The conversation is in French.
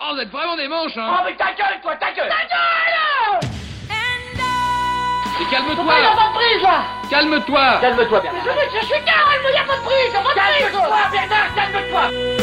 Oh, vous êtes vraiment des manches, hein mais ta gueule, toi, ta gueule Et calme-toi Calme-toi Calme-toi, Bernard. Je suis Carole, mais y a pas de prix, y a pas de prix, je- Calme-toi, Bernard, calme-toi